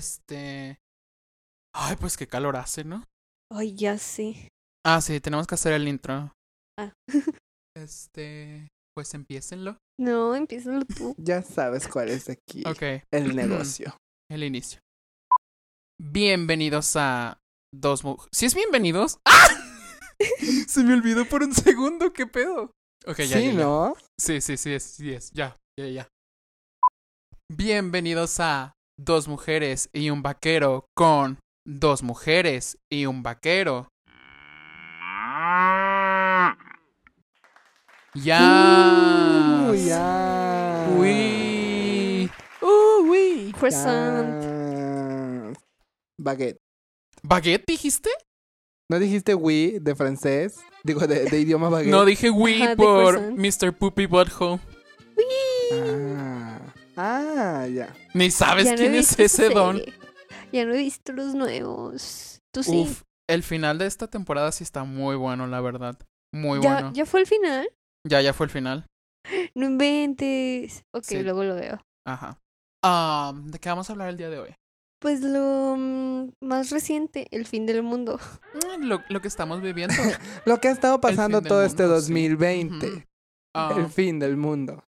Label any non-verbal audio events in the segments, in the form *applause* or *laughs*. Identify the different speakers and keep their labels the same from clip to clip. Speaker 1: Este. Ay, pues qué calor hace, ¿no?
Speaker 2: Ay, ya sí.
Speaker 1: Ah, sí, tenemos que hacer el intro.
Speaker 2: Ah. *laughs*
Speaker 1: Este. Pues empiecenlo.
Speaker 2: No, empieza tú.
Speaker 3: Ya sabes cuál es aquí
Speaker 1: *clears throat* Ok,
Speaker 3: el negocio.
Speaker 1: el inicio. Bienvenidos a Dos Mujeres. ¿Sí es bienvenidos? ¡Ah! *laughs* Se me olvidó por un segundo, ¿qué pedo? Ok, ya.
Speaker 3: sí,
Speaker 1: ya, ya.
Speaker 3: ¿no?
Speaker 1: Sí, sí, sí, es, sí es. Ya, ya, ya. Bienvenidos a Dos Mujeres y un Vaquero con Dos Mujeres y un Vaquero. Ya.
Speaker 3: Uy, ya.
Speaker 1: Ah. Uy. Uy.
Speaker 2: Croissant.
Speaker 3: Ya. Baguette.
Speaker 1: ¿Baguette dijiste?
Speaker 3: ¿No dijiste oui de francés? Digo, de, de idioma baguette.
Speaker 1: No, dije Wii
Speaker 2: Ajá, de
Speaker 1: por
Speaker 2: croissant.
Speaker 1: Mr. Poopy Butthole.
Speaker 3: Ah, ah, ya.
Speaker 1: Ni sabes
Speaker 2: Ya no he
Speaker 1: quién es
Speaker 2: visto esa
Speaker 1: pues ese don.
Speaker 2: serie. Ya no he visto los nuevos. Tú sí.
Speaker 1: Uf, el final de esta temporada sí está muy bueno, la verdad. Muy
Speaker 2: ya,
Speaker 1: bueno.
Speaker 2: ya fue el final.
Speaker 1: Ya, ya fue el final.
Speaker 2: No inventes. Ok,
Speaker 1: Sí.
Speaker 2: luego lo veo.
Speaker 1: Ajá. Ah, ¿De qué vamos a hablar el día de hoy?
Speaker 2: Pues lo mm, más reciente, el fin del mundo. *laughs*
Speaker 1: Mm, Lo, lo que estamos viviendo.
Speaker 3: Lo que ha estado pasando
Speaker 1: fin del
Speaker 3: todo este
Speaker 1: mundo, sí.
Speaker 3: 2020.
Speaker 1: Ujú. Ah,
Speaker 3: El fin del mundo.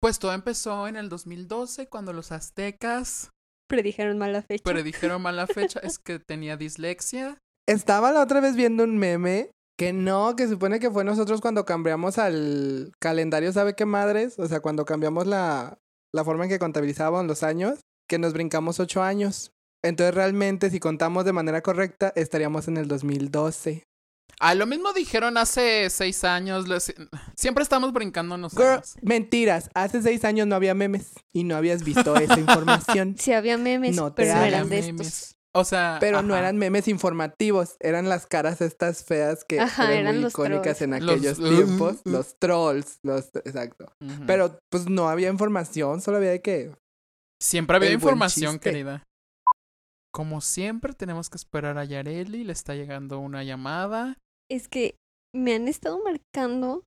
Speaker 1: pues todo empezó en el 2012 cuando los aztecas
Speaker 2: Predijeron mala fecha.
Speaker 1: predijeron mala fecha. Es que tenía dislexia.
Speaker 3: Estaba la otra vez viendo un meme que no, que supone que fue nosotros cuando cambiamos al calendario, ¿sabe qué madres? O sea, cuando cambiamos la, la forma en que contabilizaban los años, que nos brincamos ocho años. Entonces realmente, si contamos de manera correcta, estaríamos en el 2012.
Speaker 1: Ah, lo mismo dijeron hace seis años. les- Siempre estamos brincándonos.
Speaker 3: Girl, mentiras. Hace seis años no había memes y no habías visto esa información.
Speaker 2: Si había memes,
Speaker 3: No te
Speaker 2: pero no
Speaker 3: hagas.
Speaker 2: eran de
Speaker 1: Memes.
Speaker 2: estos.
Speaker 1: O sea.
Speaker 3: Pero no
Speaker 1: ajá.
Speaker 3: eran memes informativos, eran las caras estas feas que
Speaker 2: Ajá,
Speaker 3: eran,
Speaker 2: eran
Speaker 3: muy
Speaker 2: los
Speaker 3: icónicas en
Speaker 1: Los-
Speaker 3: aquellos tiempos. Los trolls, los... Exacto.
Speaker 1: Ujú.
Speaker 3: Pero pues no había información, solo había de que
Speaker 1: Siempre había
Speaker 3: el buen
Speaker 1: información,
Speaker 3: chiste.
Speaker 1: querida. Como siempre, tenemos que esperar a Yareli. Le está llegando una llamada.
Speaker 2: Es que me han estado marcando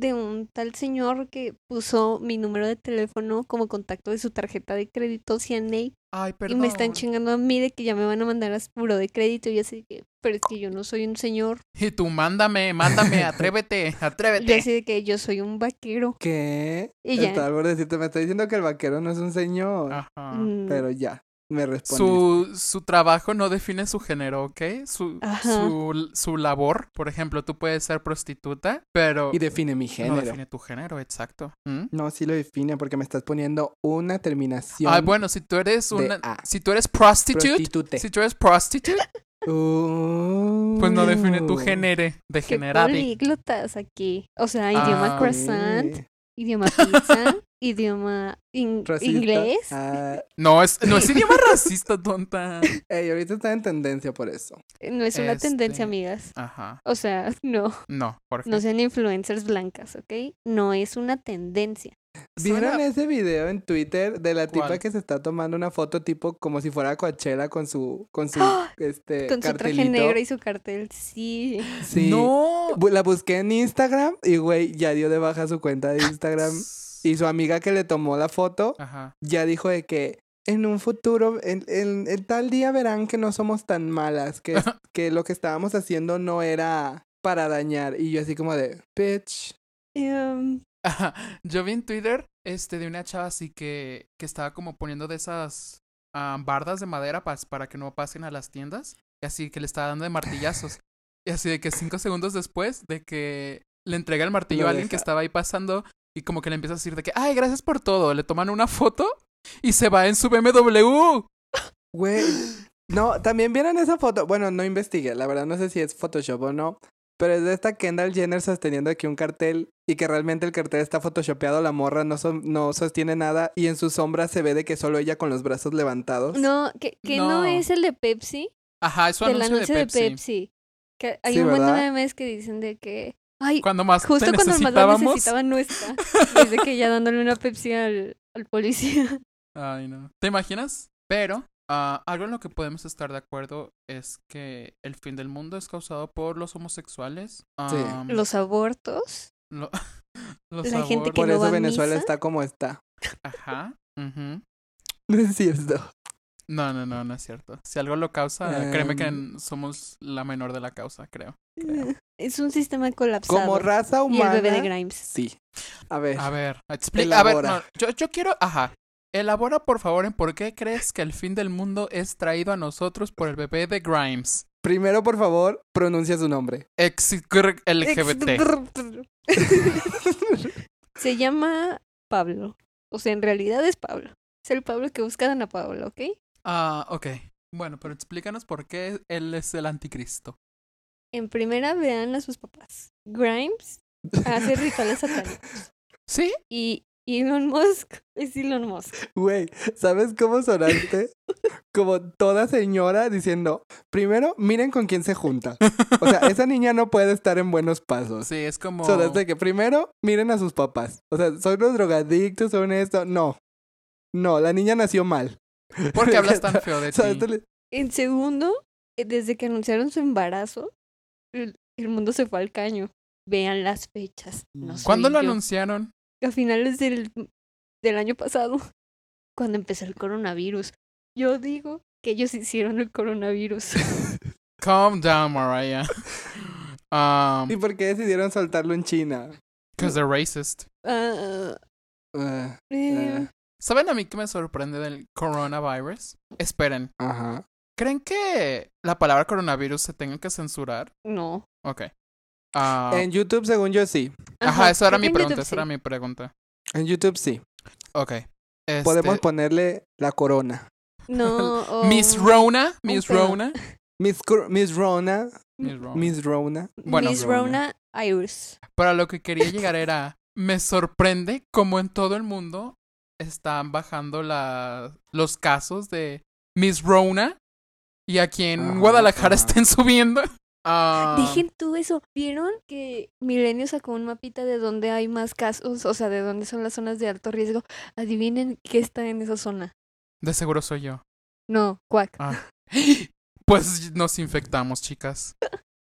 Speaker 2: de un tal señor que puso mi número de teléfono como contacto de su tarjeta de crédito CNA
Speaker 1: Ay,
Speaker 2: y
Speaker 1: perdón.
Speaker 2: me están chingando a mí de que ya me van a mandar a su buró de crédito y así de que, pero es que yo no soy un señor,
Speaker 1: Y tú, mándame,
Speaker 3: *laughs*
Speaker 1: mándame, atrévete,
Speaker 3: Pues
Speaker 2: yo
Speaker 1: atrévete.
Speaker 2: así de que yo soy un vaquero
Speaker 3: ¿qué?
Speaker 2: y ya.
Speaker 3: Estaba por decirte, me está diciendo que el vaquero no es un señor.
Speaker 1: Ajá.
Speaker 2: Mm,
Speaker 3: Pero ya, me respondió.
Speaker 1: Ah. Su, su trabajo no define su género, ¿ok? Su,
Speaker 2: Ajá.
Speaker 1: su, su labor. Por ejemplo, tú puedes ser prostituta, pero
Speaker 3: Y define mi género.
Speaker 1: no
Speaker 3: No,
Speaker 1: define tu género, exacto. ¿Mm?
Speaker 3: sí lo define porque me estás poniendo una terminación.
Speaker 1: Ay, bueno, si tú eres
Speaker 3: de
Speaker 1: una.
Speaker 3: A.
Speaker 1: Si tú eres prostitute,
Speaker 3: Prostitute.
Speaker 1: si tú eres prostitute, pues no define tu
Speaker 3: Uh.
Speaker 1: género,
Speaker 2: qué
Speaker 1: degenerate.
Speaker 2: políglotas aquí. O sea, idioma
Speaker 1: Ah,
Speaker 2: croissant,
Speaker 3: Sí.
Speaker 2: idioma
Speaker 3: *laughs*
Speaker 2: pizza, idioma in-
Speaker 3: Racista.
Speaker 2: inglés.
Speaker 3: Ah,
Speaker 1: No, es, no es
Speaker 2: *laughs*
Speaker 1: idioma racista, tonta.
Speaker 3: ey, ahorita está en tendencia por eso.
Speaker 2: No es una
Speaker 1: Este.
Speaker 2: tendencia, amigas.
Speaker 1: Ajá.
Speaker 2: O sea, *laughs* no.
Speaker 1: No, por favor.
Speaker 2: No sean influencers blancas, ¿ok? No es una tendencia.
Speaker 3: ¿Vieron
Speaker 1: Suena-
Speaker 3: ese video en Twitter de la
Speaker 1: ¿Cuál?
Speaker 3: tipa que se está tomando una foto tipo como si fuera Coachella con su con
Speaker 2: *gasps*
Speaker 3: su
Speaker 2: ¡Ah!
Speaker 3: este
Speaker 2: Con su traje
Speaker 3: cartelito?
Speaker 2: negro y su cartel, sí.
Speaker 3: Sí.
Speaker 1: No.
Speaker 3: Bu- La busqué en Instagram y, güey, ya dio de baja su cuenta de
Speaker 1: *laughs*
Speaker 3: Instagram. Y su amiga que le tomó la foto
Speaker 1: Ajá.
Speaker 3: ya dijo de que en un futuro, en, en- en tal día verán que no somos tan malas, que, que lo que estábamos haciendo no era para dañar. Y yo así como de, bitch.
Speaker 2: Em,
Speaker 1: Ajá. *laughs* Yo vi en Twitter este de una chava así que, que estaba como poniendo de esas ah, bardas de madera pas- para que no pasen a las tiendas. Y así que le estaba dando de martillazos. Y así de que cinco segundos después de que le entrega el martillo
Speaker 3: Lo
Speaker 1: a alguien que
Speaker 3: deja.
Speaker 1: estaba ahí pasando y como que le empieza a decir de que, ay, gracias por todo. Le toman una foto y se va en su BMW.
Speaker 3: Güey. No, también vieron esa foto. Bueno, no investigué, la verdad no sé si es Photoshop o no. Pero es de esta Kendall Jenner sosteniendo aquí un cartel y que realmente el cartel está photoshopeado, la morra no, so- no sostiene nada y en su sombra se ve de que solo ella con los brazos levantados.
Speaker 2: no, que, que no.
Speaker 1: No.
Speaker 2: es el de Pepsi,
Speaker 1: Ajá, es su
Speaker 2: del
Speaker 1: anuncio
Speaker 2: anuncio de Pepsi. Que hay
Speaker 3: Sí,
Speaker 2: un buen de
Speaker 3: ¿verdad?
Speaker 2: memes que dicen de que, ay,
Speaker 1: Cuando más
Speaker 2: justo
Speaker 1: te
Speaker 2: cuando más la
Speaker 1: necesitábamos.
Speaker 2: necesitaba no está. Y es de que ya dándole una Pepsi al, al
Speaker 1: *laughs*
Speaker 2: policía. *laughs*
Speaker 1: Ay, no. ¿Te imaginas? Pero ah, algo en lo que podemos estar de acuerdo es que el fin del mundo es causado por los homosexuales.
Speaker 3: Sí.
Speaker 1: am,
Speaker 2: Los abortos.
Speaker 1: lo- los
Speaker 2: la gente
Speaker 3: Por
Speaker 2: no va
Speaker 3: eso
Speaker 2: a
Speaker 3: Venezuela *laughs*
Speaker 2: misa.
Speaker 3: está como está.
Speaker 1: abortos, Ajá. ujú.
Speaker 3: No es cierto.
Speaker 1: No, no, no, no es cierto. Si algo lo causa, créeme que
Speaker 3: Em.
Speaker 1: n- somos la menor de la causa, creo. creo.
Speaker 2: Es un sistema colapsado.
Speaker 3: Como raza
Speaker 2: y el
Speaker 3: humana.
Speaker 2: bebé de Grimes.
Speaker 3: Sí. A ver.
Speaker 1: A ver, explica. A ver,
Speaker 3: Eh, Elabora.
Speaker 1: no, yo, yo quiero. Ajá. Elabora, por favor, en por qué crees que el fin del mundo es traído a nosotros por el bebé de Grimes.
Speaker 3: Primero, por favor, pronuncia
Speaker 2: *laughs*
Speaker 3: su nombre. *laughs*
Speaker 1: Ex gr- LGBT.
Speaker 2: Se llama Pablo. O sea, en realidad es Pablo. Es el Pablo que buscaban a Pablo, ¿ok?
Speaker 1: Ah, ok. Bueno, pero explícanos por qué él es el anticristo.
Speaker 2: En primera, vean a sus papás. Grimes hace rituales satánicos.
Speaker 1: ¿Sí?
Speaker 2: Y Elon Musk es Elon Musk.
Speaker 3: Güey, ¿sabes cómo
Speaker 1: *laughs*
Speaker 3: sonaste? Como toda señora diciendo, primero, miren con quién se junta. O sea, esa niña no puede estar en buenos pasos.
Speaker 1: Sí, es como.
Speaker 3: Sonaste que primero, miren a sus papás. O sea, son los drogadictos, son esto. No. No, la niña nació mal.
Speaker 1: ¿Por qué hablas
Speaker 3: *laughs*
Speaker 1: tan feo de
Speaker 3: ¿Sabes?
Speaker 1: ti?
Speaker 2: En segundo, eh, desde que anunciaron su embarazo, el, el mundo se fue al caño. Vean las fechas. No soy
Speaker 1: Mm. ¿Cuándo lo
Speaker 2: yo.
Speaker 1: anunciaron?
Speaker 2: A finales del, del año pasado, *laughs* cuando empezó el coronavirus. Yo digo que ellos hicieron
Speaker 1: *laughs*
Speaker 2: el coronavirus.
Speaker 1: Calm down, Mariah. Um,
Speaker 3: ¿Y por qué decidieron soltarlo en China?
Speaker 1: cause they're racist.
Speaker 2: Ah,
Speaker 3: Ah,
Speaker 2: eh,
Speaker 1: ¿Saben a mí qué me sorprende del coronavirus? Esperen,
Speaker 3: ajá.
Speaker 1: ¿creen que la palabra coronavirus se tenga que censurar?
Speaker 2: no.
Speaker 1: Ok. Ah,
Speaker 3: En YouTube, según yo, sí.
Speaker 1: ajá, esa era
Speaker 2: creo
Speaker 1: mi
Speaker 2: que en
Speaker 1: pregunta,
Speaker 2: YouTube
Speaker 1: esa era
Speaker 2: sí.
Speaker 1: mi pregunta.
Speaker 3: En YouTube, sí.
Speaker 1: Ok. Este,
Speaker 3: Podemos ponerle la corona.
Speaker 1: *laughs*
Speaker 2: No. o-
Speaker 1: Miss Rona, Miss
Speaker 2: pedo.
Speaker 1: Rona.
Speaker 3: Miss, Cor- Miss Rona.
Speaker 1: Miss Rona.
Speaker 3: Miss Rona.
Speaker 1: Bueno,
Speaker 2: Miss
Speaker 1: Rona.
Speaker 2: Rona Iris.
Speaker 1: Para lo que quería llegar era, me sorprende cómo en todo el mundo están bajando la, los casos de Miss Rona y aquí en
Speaker 3: Ajá,
Speaker 1: Guadalajara
Speaker 3: ajá.
Speaker 1: estén
Speaker 3: *laughs*
Speaker 1: subiendo. Ah,
Speaker 2: Dejen tú eso. ¿Vieron que Milenio sacó un mapita de dónde hay más casos? O sea, de dónde son las zonas de alto riesgo. Adivinen qué está en esa zona.
Speaker 1: de seguro soy yo. *gasps*
Speaker 2: No, cuac.
Speaker 1: Pues nos infectamos, chicas.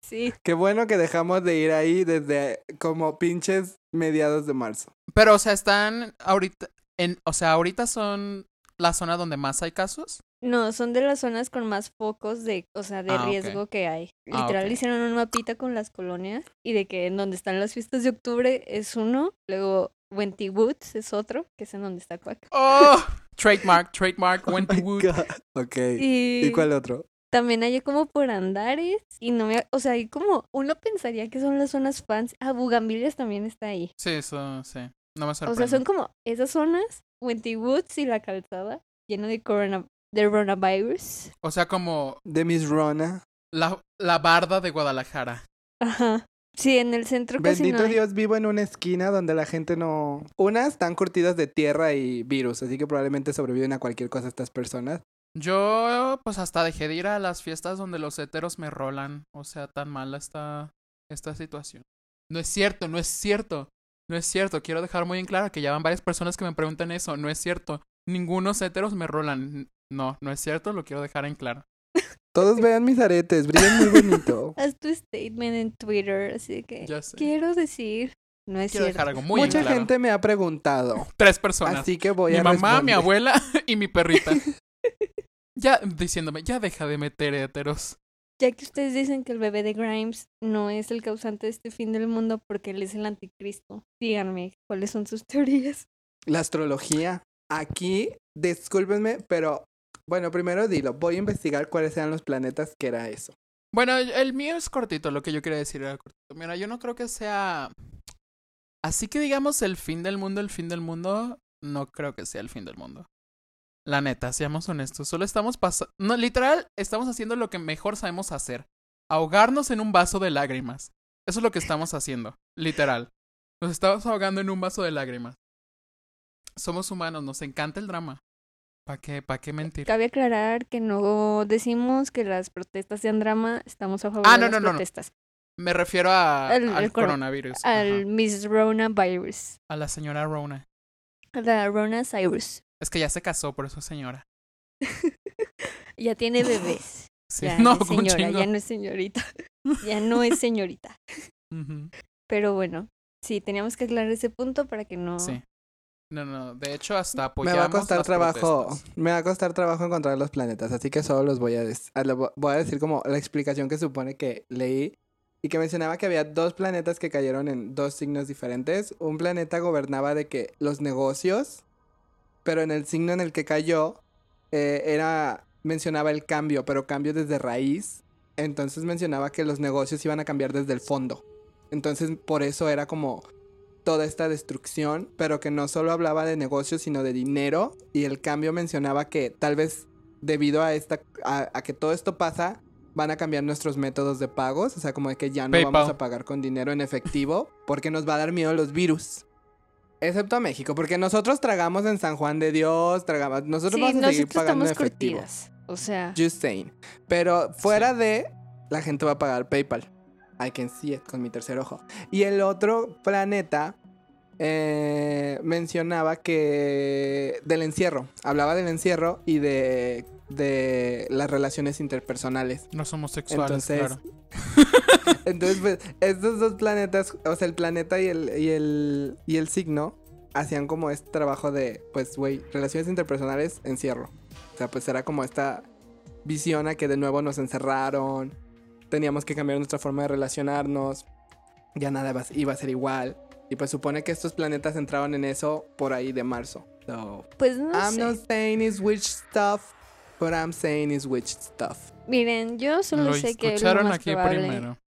Speaker 2: Sí.
Speaker 3: Qué bueno que dejamos de ir ahí desde como pinches mediados de marzo.
Speaker 1: Pero, o sea, están ahorita, en, o sea, ahorita son la zona donde más hay casos.
Speaker 2: No, son de las zonas con más focos de, o sea, de
Speaker 1: Ah, ok.
Speaker 2: riesgo que hay.
Speaker 1: Ah,
Speaker 2: Literal
Speaker 1: ok.
Speaker 2: hicieron un mapita con las colonias y de que en donde están las fiestas de octubre es uno, luego Wenty Woods es otro, que es en donde está Cuac.
Speaker 1: Oh, *laughs* trademark, trademark, Wendy
Speaker 3: Oh my
Speaker 1: Wood.
Speaker 3: God. Ok. ¿Y,
Speaker 2: Y
Speaker 3: cuál otro?
Speaker 2: también hay como por Andares y no me, o sea, hay como uno pensaría que son las zonas fans. Ah, Bugambilias también está ahí.
Speaker 1: Sí, eso, sí. No me
Speaker 2: O
Speaker 1: sorprende.
Speaker 2: sea, son como esas zonas, Wenty Woods y la calzada llena de corona de coronavirus.
Speaker 1: o sea como
Speaker 3: De Miss Rona.
Speaker 1: la, la barda de Guadalajara.
Speaker 2: Ajá. Sí, en el centro casi no
Speaker 3: Bendito
Speaker 2: hay.
Speaker 3: Dios, vivo en una esquina donde la gente no... Unas están curtidas de tierra y virus, así que probablemente sobreviven a cualquier cosa estas personas.
Speaker 1: Yo, pues hasta dejé de ir a las fiestas donde los heteros me rolan. O sea, tan mala está esta situación. No es cierto, no es cierto. No es cierto. Quiero dejar muy en claro que ya van varias personas que me preguntan eso. No es cierto. Ningunos heteros me rolan. No, no es cierto. Lo quiero dejar en claro.
Speaker 3: Todos vean mis aretes, brillan muy bonito.
Speaker 2: Haz tu statement en Twitter, así que
Speaker 1: Ya sé.
Speaker 2: quiero decir, no es
Speaker 1: Quiero dejar
Speaker 2: cierto.
Speaker 1: algo *laughs* muy en
Speaker 3: Mucha
Speaker 1: claro.
Speaker 3: gente me ha preguntado,
Speaker 1: Tres personas.
Speaker 3: así que voy
Speaker 1: mi
Speaker 3: a
Speaker 1: mamá, mi
Speaker 3: responder.
Speaker 1: abuela *laughs* y mi
Speaker 3: *laughs*
Speaker 1: perrita. ya diciéndome, ya deja de meter heteros.
Speaker 2: Ya que ustedes dicen que el bebé de Grimes no es el causante de este fin del mundo porque él es el anticristo, díganme cuáles son sus *laughs* teorías.
Speaker 3: La astrología. Aquí, discúlpenme, pero... Bueno, primero dilo, voy a investigar cuáles eran los planetas que era eso.
Speaker 1: Bueno, el mío es cortito, lo que yo quería decir era cortito. Mira, yo no creo que sea... Así que digamos el fin del mundo, el fin del mundo, no creo que sea el fin del mundo. La neta, seamos honestos, solo estamos pasando... No, literal, estamos haciendo lo que mejor sabemos hacer. Ahogarnos en un vaso de lágrimas. Eso es lo que estamos haciendo, literal. Nos estamos ahogando en un vaso de lágrimas. Somos humanos, nos encanta el drama. ¿Para qué, pa qué mentir?
Speaker 2: Cabe aclarar que no decimos que las protestas sean drama, estamos a favor
Speaker 1: Ah,
Speaker 2: de
Speaker 1: no,
Speaker 2: las
Speaker 1: no, no, no.
Speaker 2: protestas.
Speaker 1: Me refiero a,
Speaker 2: Al-
Speaker 1: al
Speaker 2: al coro-
Speaker 1: coronavirus.
Speaker 2: Al
Speaker 1: ajá,
Speaker 2: Miss Rona Virus,
Speaker 1: a la señora Rona.
Speaker 2: a la Rona Cyrus.
Speaker 1: Es que ya se casó, por eso es señora.
Speaker 2: Ya tiene bebés.
Speaker 1: *laughs* Sí.
Speaker 2: Ya
Speaker 1: no,
Speaker 2: es
Speaker 1: con
Speaker 2: señora,
Speaker 1: chingo.
Speaker 2: ya no es señorita. *laughs* Ya no es señorita.
Speaker 1: Ujú,
Speaker 2: Pero bueno, sí, teníamos que aclarar ese punto para que no
Speaker 1: Sí. No, no, de hecho hasta
Speaker 3: Me
Speaker 1: apoyamos
Speaker 3: va a costar
Speaker 1: las
Speaker 3: trabajo,
Speaker 1: protestas.
Speaker 3: me va a costar trabajo encontrar los planetas, así que solo los voy a, des- a lo- voy a decir como la explicación que supone que leí y que mencionaba que había dos planetas que cayeron en dos signos diferentes. Un planeta gobernaba de que los negocios, pero en el signo en el que cayó eh, era mencionaba el cambio, pero cambio desde raíz. Entonces mencionaba que los negocios iban a cambiar desde el fondo. Entonces por eso era como toda esta destrucción, pero que no solo hablaba de negocios, sino de dinero. Y el cambio mencionaba que tal vez debido a esta a, a que todo esto pasa, van a cambiar nuestros métodos de pagos. O sea, como de que ya no vamos
Speaker 1: PayPal.
Speaker 3: a pagar con dinero en efectivo, porque nos va a dar miedo los virus. Excepto a México, porque nosotros tragamos en San Juan de Dios, tragamos, nosotros
Speaker 2: Sí,
Speaker 3: vamos a seguir
Speaker 2: nosotros
Speaker 3: pagando
Speaker 2: estamos
Speaker 3: en efectivo.
Speaker 2: curtidas. O sea,
Speaker 3: Just saying. Pero fuera de, la gente va a pagar PayPal. I can see it con mi tercer ojo. Y el otro planeta eh, mencionaba que del encierro. Hablaba del encierro y de, de las relaciones interpersonales.
Speaker 1: No somos sexuales,
Speaker 3: Entonces,
Speaker 1: claro.
Speaker 3: *laughs* Entonces, pues, estos dos planetas, o sea, el planeta y el, y el, y el signo, hacían como este trabajo de, pues, güey, relaciones interpersonales, encierro. O sea, pues era como esta visión a que de nuevo nos encerraron, teníamos que cambiar nuestra forma de relacionarnos, ya nada va- iba a ser igual. Y pues supone que estos planetas entraron en eso por ahí de marzo. So,
Speaker 2: pues no
Speaker 3: I'm
Speaker 2: sé.
Speaker 3: not saying it's witch stuff, but I'm saying it's witch stuff.
Speaker 2: Miren, yo solo
Speaker 1: Lo
Speaker 2: sé que lo
Speaker 1: escucharon
Speaker 2: más
Speaker 1: aquí
Speaker 2: probable
Speaker 1: primero.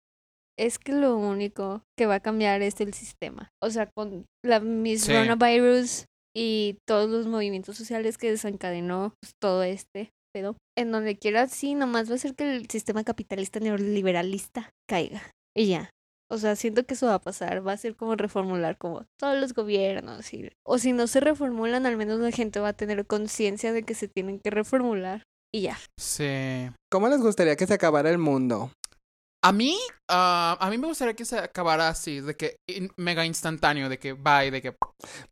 Speaker 2: es que lo único que va a cambiar es el sistema. O sea, con la Miss
Speaker 1: Sí.
Speaker 2: Coronavirus y todos los movimientos sociales que desencadenó pues, todo este pedo. En donde quiera, sí, nomás va a ser que el sistema capitalista neoliberalista caiga. Y ya. O sea, siento que eso va a pasar. Va a ser como reformular como todos los gobiernos. y- O si no se reformulan, al menos la gente va a tener conciencia de que se tienen que reformular. Y ya.
Speaker 1: Sí.
Speaker 3: ¿Cómo les gustaría que se acabara el mundo?
Speaker 1: A mí, ah, a mí me gustaría que se acabara así, de que in- mega instantáneo, de que bye, de que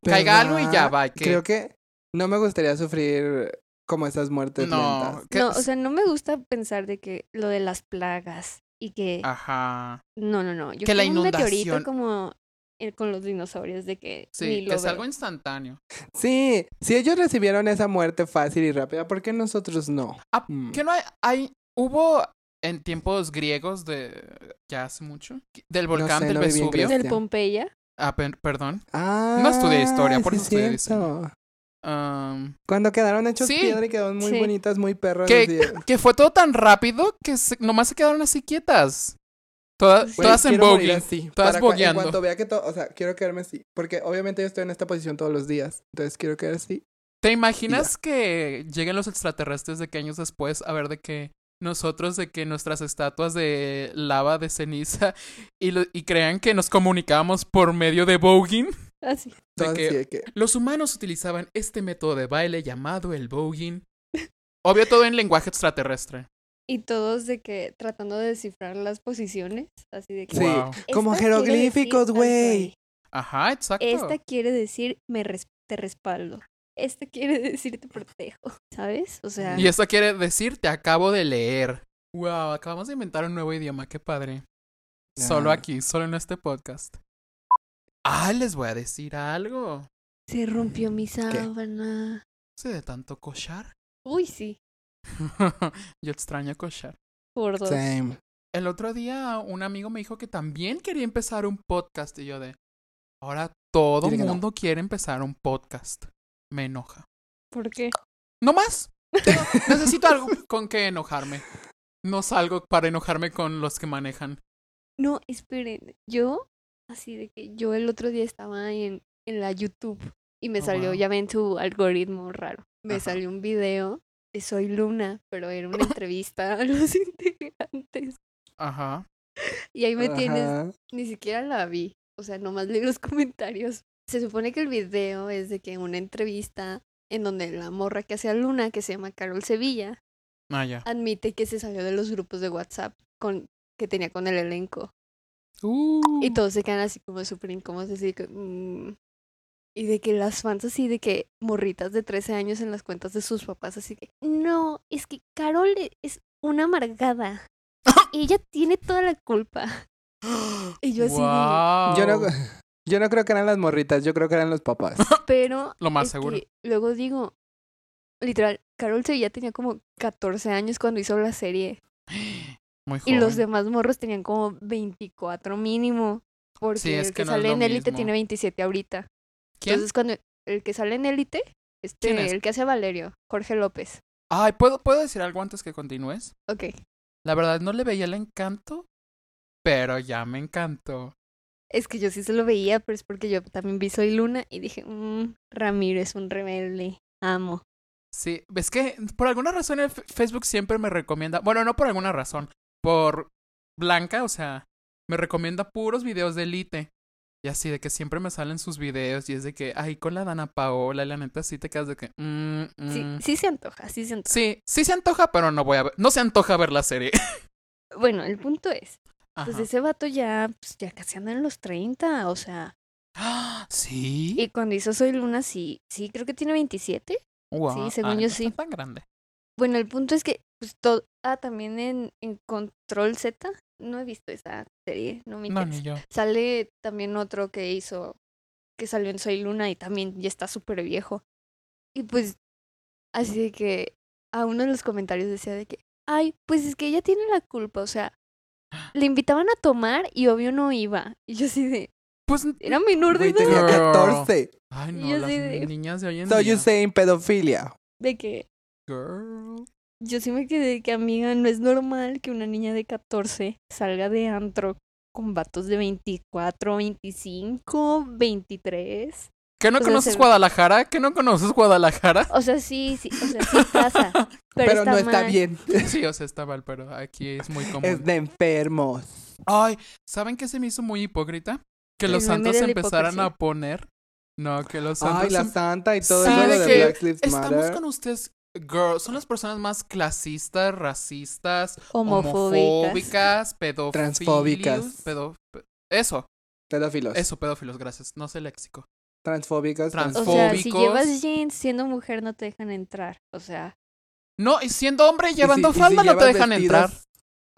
Speaker 1: caiga algo y ya
Speaker 3: ¿Verdad?
Speaker 1: bye. Que,
Speaker 3: Pues Creo que no me gustaría sufrir como esas muertes
Speaker 1: no,
Speaker 3: lentas.
Speaker 1: que-
Speaker 2: No, o sea, no me gusta pensar de que lo de las plagas y que
Speaker 1: ajá.
Speaker 2: no, no, no, yo
Speaker 1: que la
Speaker 2: quiero un meteorito
Speaker 1: inundación-
Speaker 2: como eh, con los dinosaurios de que ni
Speaker 1: Sí,
Speaker 2: lo
Speaker 1: que es
Speaker 2: veo.
Speaker 1: algo instantáneo.
Speaker 3: Sí, si ellos recibieron esa muerte fácil y rápida, ¿por qué nosotros no?
Speaker 1: Ah,
Speaker 3: Mm.
Speaker 1: Que no hay, hay- hubo en tiempos griegos de ya hace mucho del volcán
Speaker 3: sé,
Speaker 1: del
Speaker 3: no viví en
Speaker 1: Vesubio.
Speaker 3: Grecia.
Speaker 2: del Pompeya. *laughs*
Speaker 1: Ah, pe- perdón.
Speaker 3: Ah,
Speaker 1: No estudié historia, por
Speaker 3: sí
Speaker 1: eso estudié
Speaker 3: es
Speaker 1: diseño.
Speaker 3: cierto.
Speaker 1: Am,
Speaker 3: Cuando quedaron hechos
Speaker 1: Sí.
Speaker 3: piedra y quedaron muy
Speaker 2: Sí.
Speaker 3: bonitas, muy perros.
Speaker 1: ¿Qué?
Speaker 3: así de-
Speaker 1: que fue todo tan rápido que se- nomás se quedaron así quietas. Toda-
Speaker 2: Sí.
Speaker 1: *laughs* Todas
Speaker 3: Güey,
Speaker 1: en
Speaker 3: quiero morir
Speaker 1: bowling.
Speaker 3: así,
Speaker 1: todas
Speaker 3: para cua- En
Speaker 1: bogueando.
Speaker 3: cuanto vea que todo, o sea, quiero quedarme así, porque obviamente yo estoy en esta posición todos los días, entonces quiero quedar así.
Speaker 1: ¿Te imaginas que lleguen los extraterrestres de que años después a ver de que nosotros, de que nuestras estatuas de lava, de ceniza, y, lo- y crean que nos comunicábamos por medio de voguing?
Speaker 2: Así.
Speaker 1: De
Speaker 3: Todo
Speaker 1: que-
Speaker 3: así de que-
Speaker 1: Los humanos utilizaban este método de baile llamado el voguing. Obvio todo en lenguaje extraterrestre.
Speaker 2: Y todos de que tratando de descifrar las posiciones, así de que
Speaker 3: Sí.
Speaker 1: Wow.
Speaker 3: Como
Speaker 2: "Esta quiere decir
Speaker 3: jeroglíficos,
Speaker 2: tanto
Speaker 3: güey".
Speaker 2: ahí,
Speaker 1: Ajá, exacto.
Speaker 2: Esta quiere decir me res- te respaldo. Esta quiere *laughs* decir te protejo, ¿sabes? O sea,
Speaker 1: Y esto quiere decir te acabo de leer. Wow, acabamos de inventar un nuevo idioma, qué padre. Solo
Speaker 3: Ah.
Speaker 1: aquí, solo en este podcast. Ah, les voy a decir algo.
Speaker 2: se rompió mi sábana.
Speaker 1: Se de tanto cochar. *laughs*
Speaker 2: Uy, sí,
Speaker 1: Yo extraño cochar.
Speaker 2: por dos.
Speaker 3: Same.
Speaker 1: El otro día un amigo me dijo que también quería empezar un podcast y yo de... Ahora todo
Speaker 3: Dile que no.
Speaker 1: mundo quiere empezar un podcast. Me enoja.
Speaker 2: ¿Por qué?
Speaker 1: No más.
Speaker 3: *laughs*
Speaker 1: Tengo- necesito algo con que enojarme. No salgo para enojarme con los que manejan.
Speaker 2: No, esperen, yo, así de que yo el otro día estaba en, en la YouTube y me
Speaker 1: Oh,
Speaker 2: salió,
Speaker 1: wow.
Speaker 2: ya ven tu algoritmo raro, me
Speaker 1: Ajá.
Speaker 2: salió un video de Soy Luna, pero
Speaker 1: *laughs*
Speaker 2: era una entrevista a los integrantes.
Speaker 1: Ajá.
Speaker 2: Y ahí me tienes,
Speaker 3: Ajá.
Speaker 2: ni siquiera la vi, o sea, nomás leí los comentarios. Se supone que el video es de que una entrevista en donde la morra que hace a Luna, que se llama Carol Sevilla,
Speaker 1: Ah, ya.
Speaker 2: admite que se salió de los grupos de WhatsApp con, que tenía con el elenco.
Speaker 1: Uh.
Speaker 2: Y todos se quedan así como súper incómodos, así de que... mm. Y de que las fans así de que morritas de 13 años en las cuentas de sus papás, así que... No, es que Carol e- es
Speaker 1: *laughs*
Speaker 2: una amargada.
Speaker 1: *gasps*
Speaker 2: Ella tiene toda la culpa. Y yo así de...
Speaker 1: Guau.
Speaker 3: Yo no, *laughs* Yo no creo que eran las morritas, yo creo que eran los papás.
Speaker 2: Pero
Speaker 1: Lo más
Speaker 2: es
Speaker 1: seguro.
Speaker 2: que luego digo, literal, Carol Sevilla tenía como 14 años cuando hizo la serie
Speaker 1: Muy
Speaker 2: y
Speaker 1: joven.
Speaker 2: los demás morros tenían como 24 mínimo. Porque
Speaker 1: Sí, es
Speaker 2: el
Speaker 1: que
Speaker 2: que,
Speaker 1: no es
Speaker 2: sale
Speaker 1: lo
Speaker 2: en Élite
Speaker 1: mismo.
Speaker 2: tiene 27 ahorita.
Speaker 1: ¿Quién?
Speaker 2: Entonces cuando el que sale en Élite, este,
Speaker 1: ¿Quién es?
Speaker 2: el que hace a Valerio, Jorge López.
Speaker 1: Ay, ¿puedo, ¿puedo decir algo antes que continúes?
Speaker 2: Ok.
Speaker 1: La verdad no le veía el encanto, pero ya me encantó.
Speaker 2: Es que yo sí se lo veía, pero es porque yo también vi Soy Luna y dije, mmm, Ramiro es un rebelde, amo.
Speaker 1: Sí, es que por alguna razón el F- Facebook siempre me recomienda, bueno, no por alguna razón, por Blanca, o sea, me recomienda puros videos de Elite. Y así de que siempre me salen sus videos y es de que, ay, con la Dana Paola, y la neta sí te quedas de que, mm,
Speaker 2: Sí,
Speaker 1: mm.
Speaker 2: sí se antoja, sí se antoja.
Speaker 1: Sí, sí se antoja, pero no voy a ver, no se antoja ver la serie.
Speaker 2: Bueno, el punto es,
Speaker 1: Ajá.
Speaker 2: pues ese vato ya, pues, ya casi anda en los 30, o sea,
Speaker 1: ¡Ah! Sí.
Speaker 2: y cuando hizo Soy Luna sí, sí, creo que tiene 27.
Speaker 1: Guau.
Speaker 2: sí, según
Speaker 1: Ah,
Speaker 2: yo
Speaker 1: no está
Speaker 2: sí.
Speaker 1: tan grande.
Speaker 2: Bueno, el punto es que, pues todo, ah, también en, en Control Z, no he visto esa serie, no me
Speaker 1: No,
Speaker 2: interesa.
Speaker 1: ni
Speaker 2: *laughs*
Speaker 1: yo.
Speaker 2: Sale también otro que hizo, que salió en Soy Luna y también ya está súper viejo. Y pues, así de que a uno de los comentarios decía de que, ay, pues es que ella tiene la culpa, o sea, le invitaban a tomar y obvio no iba. Y yo así de,
Speaker 1: Pues
Speaker 3: *laughs*
Speaker 2: era menor de
Speaker 3: Güey,
Speaker 2: edad,
Speaker 3: tenía
Speaker 1: Girl.
Speaker 3: 14.
Speaker 1: Ay,
Speaker 2: Y
Speaker 1: no,
Speaker 2: yo
Speaker 1: las
Speaker 2: así de-
Speaker 1: niñas de hoy en
Speaker 3: So
Speaker 1: día.
Speaker 3: you saying pedofilia.
Speaker 2: de que
Speaker 1: Girl.
Speaker 2: yo sí me quedé de que, amiga, no es normal que una niña de 14 salga de antro con vatos de 24, 25, 23.
Speaker 1: ¿Que no
Speaker 2: Pues,
Speaker 1: conoces
Speaker 2: ese-
Speaker 1: Guadalajara? ¿Que no conoces Guadalajara? *laughs*
Speaker 2: O sea, sí, sí, o sea, sí
Speaker 3: *laughs*
Speaker 2: pasa. Pero,
Speaker 3: Pero, no está
Speaker 2: mal.
Speaker 3: bien.
Speaker 1: Sí, o sea, está mal, pero aquí es
Speaker 2: *laughs*
Speaker 1: muy común.
Speaker 3: Es de enfermos.
Speaker 1: Ay, ¿saben qué se me hizo muy hipócrita? Que
Speaker 2: El
Speaker 1: los
Speaker 2: meme
Speaker 1: santos
Speaker 2: de la
Speaker 1: empezaran a
Speaker 2: hipocresía.
Speaker 1: poner. No, que los santos.
Speaker 3: Ay, la
Speaker 1: em-
Speaker 3: santa y todo
Speaker 1: Sí,
Speaker 3: eso
Speaker 1: de
Speaker 3: lo de
Speaker 1: que
Speaker 3: Black Lives
Speaker 1: Estamos
Speaker 3: Matter.
Speaker 1: con ustedes, girl. Son las personas más clasistas, racistas,
Speaker 2: Homofóbicas.
Speaker 1: homofóbicas, pedófilos.
Speaker 3: Transfóbicas.
Speaker 1: pedo- pe- Eso,
Speaker 3: Pedófilos.
Speaker 1: eso, pedófilos, gracias. No sé léxico.
Speaker 3: Transfóbicos.
Speaker 1: Trans-
Speaker 2: O
Speaker 3: trans-
Speaker 2: sea, si
Speaker 1: Fóbicos.
Speaker 2: llevas jeans siendo mujer no te dejan entrar. O sea,
Speaker 1: No, y siendo hombre y
Speaker 3: Y si-
Speaker 1: llevando
Speaker 3: y si
Speaker 1: falda no te
Speaker 3: llevas
Speaker 1: dejan
Speaker 3: vestidos,
Speaker 1: entrar.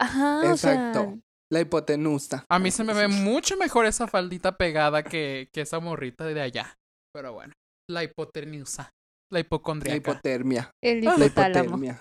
Speaker 2: ajá, o sea,
Speaker 3: Exacto. La hipotenusa.
Speaker 1: A mí se me ve mucho mejor esa faldita pegada que, que esa morrita de allá. Pero bueno, la hipotenusa, la
Speaker 3: La
Speaker 1: hipocondriaca.
Speaker 3: hipotermia.
Speaker 2: el
Speaker 3: La
Speaker 2: hipotálamo.
Speaker 3: hipotermia.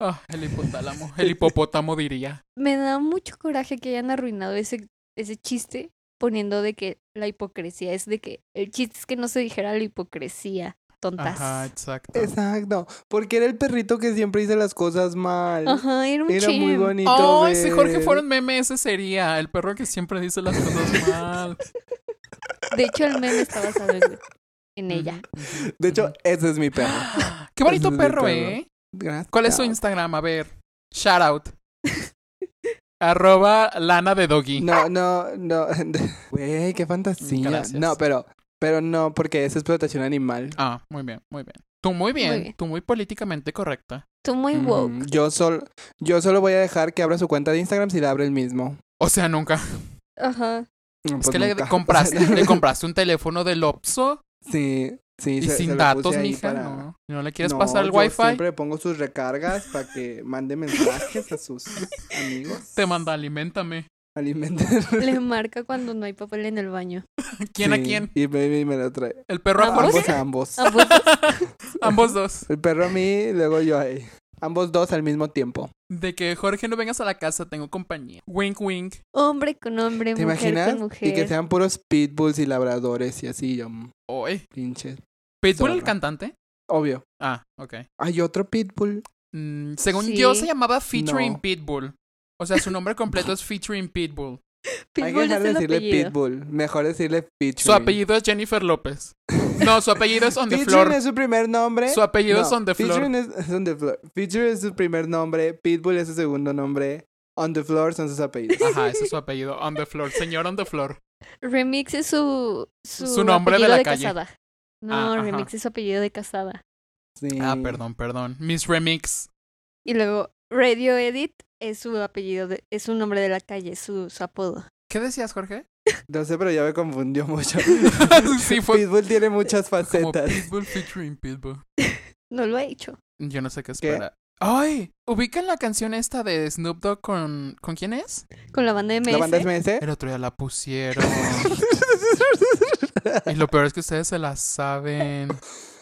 Speaker 1: Ah, el hipotálamo, el hipopótamo diría.
Speaker 2: Me da mucho coraje que hayan arruinado ese, ese chiste poniendo de que la hipocresía es de que el chiste es que no se dijera la hipocresía, tontas.
Speaker 1: Ajá,
Speaker 2: Ajá,
Speaker 1: exacto.
Speaker 3: Exacto. Porque era el perrito que siempre hizo las cosas mal.
Speaker 2: era un
Speaker 3: Era muy
Speaker 2: chim.
Speaker 3: bonito.
Speaker 1: Oh, si Jorge
Speaker 3: ver.
Speaker 1: fuera un meme, ese sería el perro que siempre dice las
Speaker 3: *laughs*
Speaker 1: cosas mal.
Speaker 2: De hecho, el meme está basado en, en ella.
Speaker 1: Ujú,
Speaker 3: De hecho,
Speaker 1: ujú.
Speaker 3: ese es mi perro.
Speaker 1: qué bonito
Speaker 3: ese es mi
Speaker 1: perro,
Speaker 3: perro.
Speaker 1: ¿eh?
Speaker 3: Gracias.
Speaker 1: ¿Cuál es su Instagram? A ver, shout
Speaker 3: *laughs*
Speaker 1: out. Arroba lana de *laughs* doggy.
Speaker 3: No, no, no. *laughs* Güey, qué fantasía.
Speaker 1: Gracias.
Speaker 3: No, pero, pero no, porque es explotación animal.
Speaker 1: Ah, muy bien, muy bien. Tú muy bien,
Speaker 2: Muy bien.
Speaker 1: tú muy políticamente correcta.
Speaker 2: Tú muy woke.
Speaker 3: Mm, Yo solo, yo solo voy a dejar que abra su cuenta de Instagram si la abre el mismo.
Speaker 1: O sea, nunca.
Speaker 2: Ajá.
Speaker 3: No,
Speaker 1: Es
Speaker 3: pues
Speaker 1: que le
Speaker 3: nunca. *laughs*
Speaker 1: compraste, le compraste un teléfono del Opso
Speaker 3: Sí, sí.
Speaker 1: y
Speaker 3: se- se
Speaker 1: sin
Speaker 3: lo
Speaker 1: datos,
Speaker 3: puse ahí
Speaker 1: mija,
Speaker 3: para-
Speaker 1: no. ¿No le quieres
Speaker 3: No,
Speaker 1: pasar el
Speaker 3: yo
Speaker 1: wifi?
Speaker 3: Siempre le pongo sus recargas para que mande mensajes a sus amigos.
Speaker 1: Te manda, alimentame.
Speaker 3: Alimenten.
Speaker 2: Le marca cuando no hay papel en el baño.
Speaker 1: *laughs* ¿Quién a
Speaker 3: Sí,
Speaker 1: quién?
Speaker 3: Y baby me lo trae.
Speaker 1: ¿El perro a
Speaker 2: ¿Ambos?
Speaker 1: Jorge?
Speaker 3: Ambos a ambos.
Speaker 2: Ambos
Speaker 1: Ambos dos.
Speaker 3: El perro a mí y luego yo a él. Ambos dos al mismo tiempo.
Speaker 1: De que Jorge no vengas a la casa, tengo compañía. Wink, wink.
Speaker 2: Hombre con hombre,
Speaker 3: ¿Te
Speaker 2: mujer
Speaker 3: imaginas?
Speaker 2: con
Speaker 3: Y que
Speaker 2: mujer.
Speaker 3: sean puros pitbulls y labradores y así, yo, mm,
Speaker 1: Oye.
Speaker 3: pinche.
Speaker 1: ¿Pitbull
Speaker 3: Zorra.
Speaker 1: el cantante?
Speaker 3: Obvio.
Speaker 1: Ah, ok.
Speaker 3: Hay otro pitbull.
Speaker 1: Mm, según
Speaker 2: Sí.
Speaker 1: yo se llamaba Featuring
Speaker 3: No.
Speaker 1: Pitbull. O sea, su nombre completo es Featuring Pitbull.
Speaker 3: Hay
Speaker 2: *laughs*
Speaker 3: que
Speaker 2: Pitbull
Speaker 3: dejar
Speaker 2: es
Speaker 3: de
Speaker 2: el
Speaker 3: decirle
Speaker 2: apellido.
Speaker 3: pitbull. Mejor decirle pitbull.
Speaker 1: Su apellido es Jennifer López. No, su apellido es On
Speaker 3: *laughs*
Speaker 1: the Floor.
Speaker 3: es su primer nombre.
Speaker 1: Su apellido
Speaker 3: ¿Eh? No,
Speaker 1: es On the Floor.
Speaker 3: Featuring es, es *laughs* on the floor. Featuring es su primer nombre. Pitbull es su segundo nombre. On the floor son
Speaker 2: *laughs*
Speaker 3: sus apellidos. Ah,
Speaker 1: Ajá, ese es su apellido. On the floor. Señor on the floor.
Speaker 2: Remix es su, su,
Speaker 1: Su nombre de
Speaker 2: apellido
Speaker 1: la
Speaker 2: de
Speaker 1: calle.
Speaker 2: casada.
Speaker 1: Ah,
Speaker 2: No,
Speaker 1: ajá.
Speaker 2: Remix es su apellido de casada.
Speaker 3: Sí.
Speaker 1: Ah, perdón, perdón. Miss Remix.
Speaker 2: Y luego Radio Edit es su apellido, de, es su nombre de la calle, su, su apodo.
Speaker 1: ¿Qué decías,
Speaker 3: *laughs*
Speaker 1: Jorge?
Speaker 3: No sé, pero ya me
Speaker 1: *laughs*
Speaker 3: confundió mucho. *laughs*
Speaker 1: sí, fue
Speaker 3: Pitbull tiene muchas
Speaker 1: como
Speaker 3: facetas.
Speaker 1: Pitbull featuring Pitbull.
Speaker 2: No lo ha hecho.
Speaker 1: Yo no sé qué
Speaker 3: ¿Qué?
Speaker 1: espera. ¡Ay! ¿Ubican la canción esta de Snoop Dogg
Speaker 3: ¿Eh?
Speaker 1: con... ¿Con quién es?
Speaker 2: Con la banda MS.
Speaker 3: ¿La banda es MS?
Speaker 1: El otro día la pusieron. Y lo peor es que ustedes se la saben.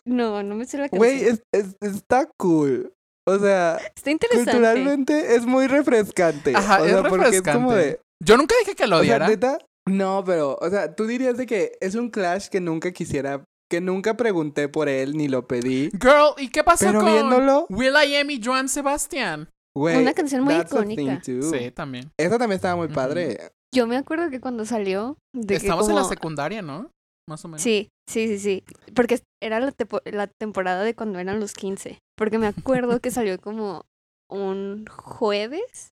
Speaker 2: No, no me sé la
Speaker 3: *laughs* Güey,
Speaker 2: canción.
Speaker 3: es- es- está cool. O sea,
Speaker 2: Está interesante.
Speaker 3: culturalmente es muy refrescante.
Speaker 1: Ajá,
Speaker 3: o
Speaker 1: es
Speaker 3: sea, porque es como
Speaker 1: refrescante.
Speaker 3: de.
Speaker 1: Yo nunca dije que lo
Speaker 3: O sea,
Speaker 1: odiara.
Speaker 3: neta, no, pero, o sea, tú dirías de que es un clash que nunca quisiera, que nunca pregunté por él ni lo pedí.
Speaker 1: Girl, ¿y qué pasó
Speaker 3: Pero
Speaker 1: con
Speaker 3: viéndolo,
Speaker 1: Will I Am y Joan Sebastián?
Speaker 3: güey.
Speaker 2: Una canción muy
Speaker 3: that's a thing
Speaker 2: icónica.
Speaker 3: too.
Speaker 1: Sí, también.
Speaker 3: Esa también estaba muy
Speaker 1: Ujú.
Speaker 3: padre.
Speaker 2: Yo me acuerdo que cuando salió. De que
Speaker 1: Estamos en la
Speaker 2: como-
Speaker 1: secundaria, ¿no? Más o menos.
Speaker 2: Sí, sí, sí, sí. Porque era la, tepo- la temporada de cuando eran los 15. Porque me acuerdo que salió como un jueves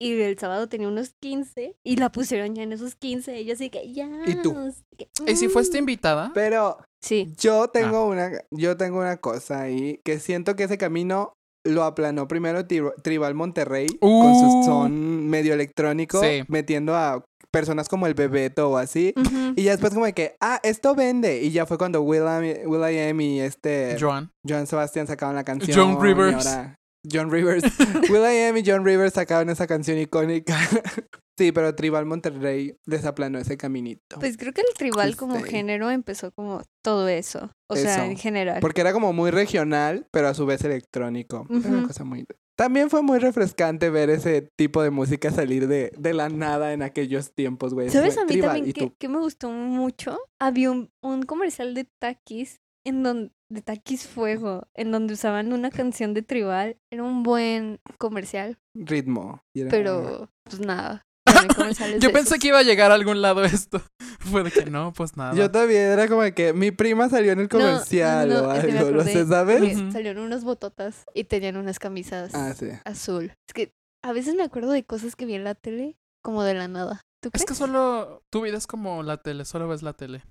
Speaker 2: y el sábado tenía unos 15 y la pusieron ya en esos 15. Y yo así que ya.
Speaker 3: ¿Y tú?
Speaker 2: no sé qué,
Speaker 1: ¿Y si fuiste
Speaker 2: mm.
Speaker 1: invitada?
Speaker 3: Pero
Speaker 2: Sí,
Speaker 3: yo tengo
Speaker 1: Ah.
Speaker 3: una, yo tengo una cosa ahí que siento que ese camino lo aplanó primero Tri- Tribal Monterrey con
Speaker 1: Uh.
Speaker 3: su son medio electrónico,
Speaker 1: Sí.
Speaker 3: metiendo a personas como el Bebeto o así.
Speaker 2: ujú,
Speaker 3: Y ya después como de que, ah, esto vende. Y ya fue cuando Will I, Will I Am y este...
Speaker 1: Joan.
Speaker 3: John Sebastian sacaban la canción.
Speaker 1: John
Speaker 3: y
Speaker 1: Rivers.
Speaker 3: ahora
Speaker 1: *laughs*
Speaker 3: John Rivers. Will I Am y John Rivers sacaban esa canción icónica. *laughs* sí, pero Tribal Monterrey les aplanó ese caminito.
Speaker 2: Pues creo que el tribal como
Speaker 3: Tuesday.
Speaker 2: género empezó como todo eso. O sea,
Speaker 3: Este Eso.
Speaker 2: en general.
Speaker 3: Porque era como muy regional, pero a su vez electrónico. Era
Speaker 2: Ujú.
Speaker 3: una cosa muy... También fue muy refrescante ver ese tipo de música salir de, de la nada en aquellos tiempos, güey.
Speaker 2: ¿Sabes
Speaker 3: Fue
Speaker 2: a mí
Speaker 3: Tribal
Speaker 2: también
Speaker 3: y
Speaker 2: que,
Speaker 3: tú.
Speaker 2: que me gustó mucho? Había un, un comercial de Takis en donde de Takis Fuego, en donde usaban una canción de Tribal. Era un buen comercial,
Speaker 3: Ritmo. Y era-
Speaker 2: pero pues nada. no
Speaker 1: *laughs*
Speaker 2: hay comerciales
Speaker 1: Yo
Speaker 2: de
Speaker 1: pensé
Speaker 2: esos.
Speaker 1: que iba a llegar a algún lado *laughs* esto. Fue de que no, pues nada.
Speaker 3: Yo también era como de que mi prima salió en el
Speaker 2: No, no,
Speaker 3: comercial
Speaker 2: no,
Speaker 3: o
Speaker 2: es que me
Speaker 3: algo, ¿no
Speaker 2: acordé
Speaker 3: sé, sabes?
Speaker 2: que
Speaker 1: Ujú.
Speaker 2: Salieron unos bototas y tenían unas camisas
Speaker 3: Ah, sí.
Speaker 2: azul. Es que a veces me acuerdo de cosas que vi en la tele como de la nada. ¿Tú
Speaker 1: Es
Speaker 2: crees?
Speaker 1: que solo tu vida es como la tele, solo ves la tele.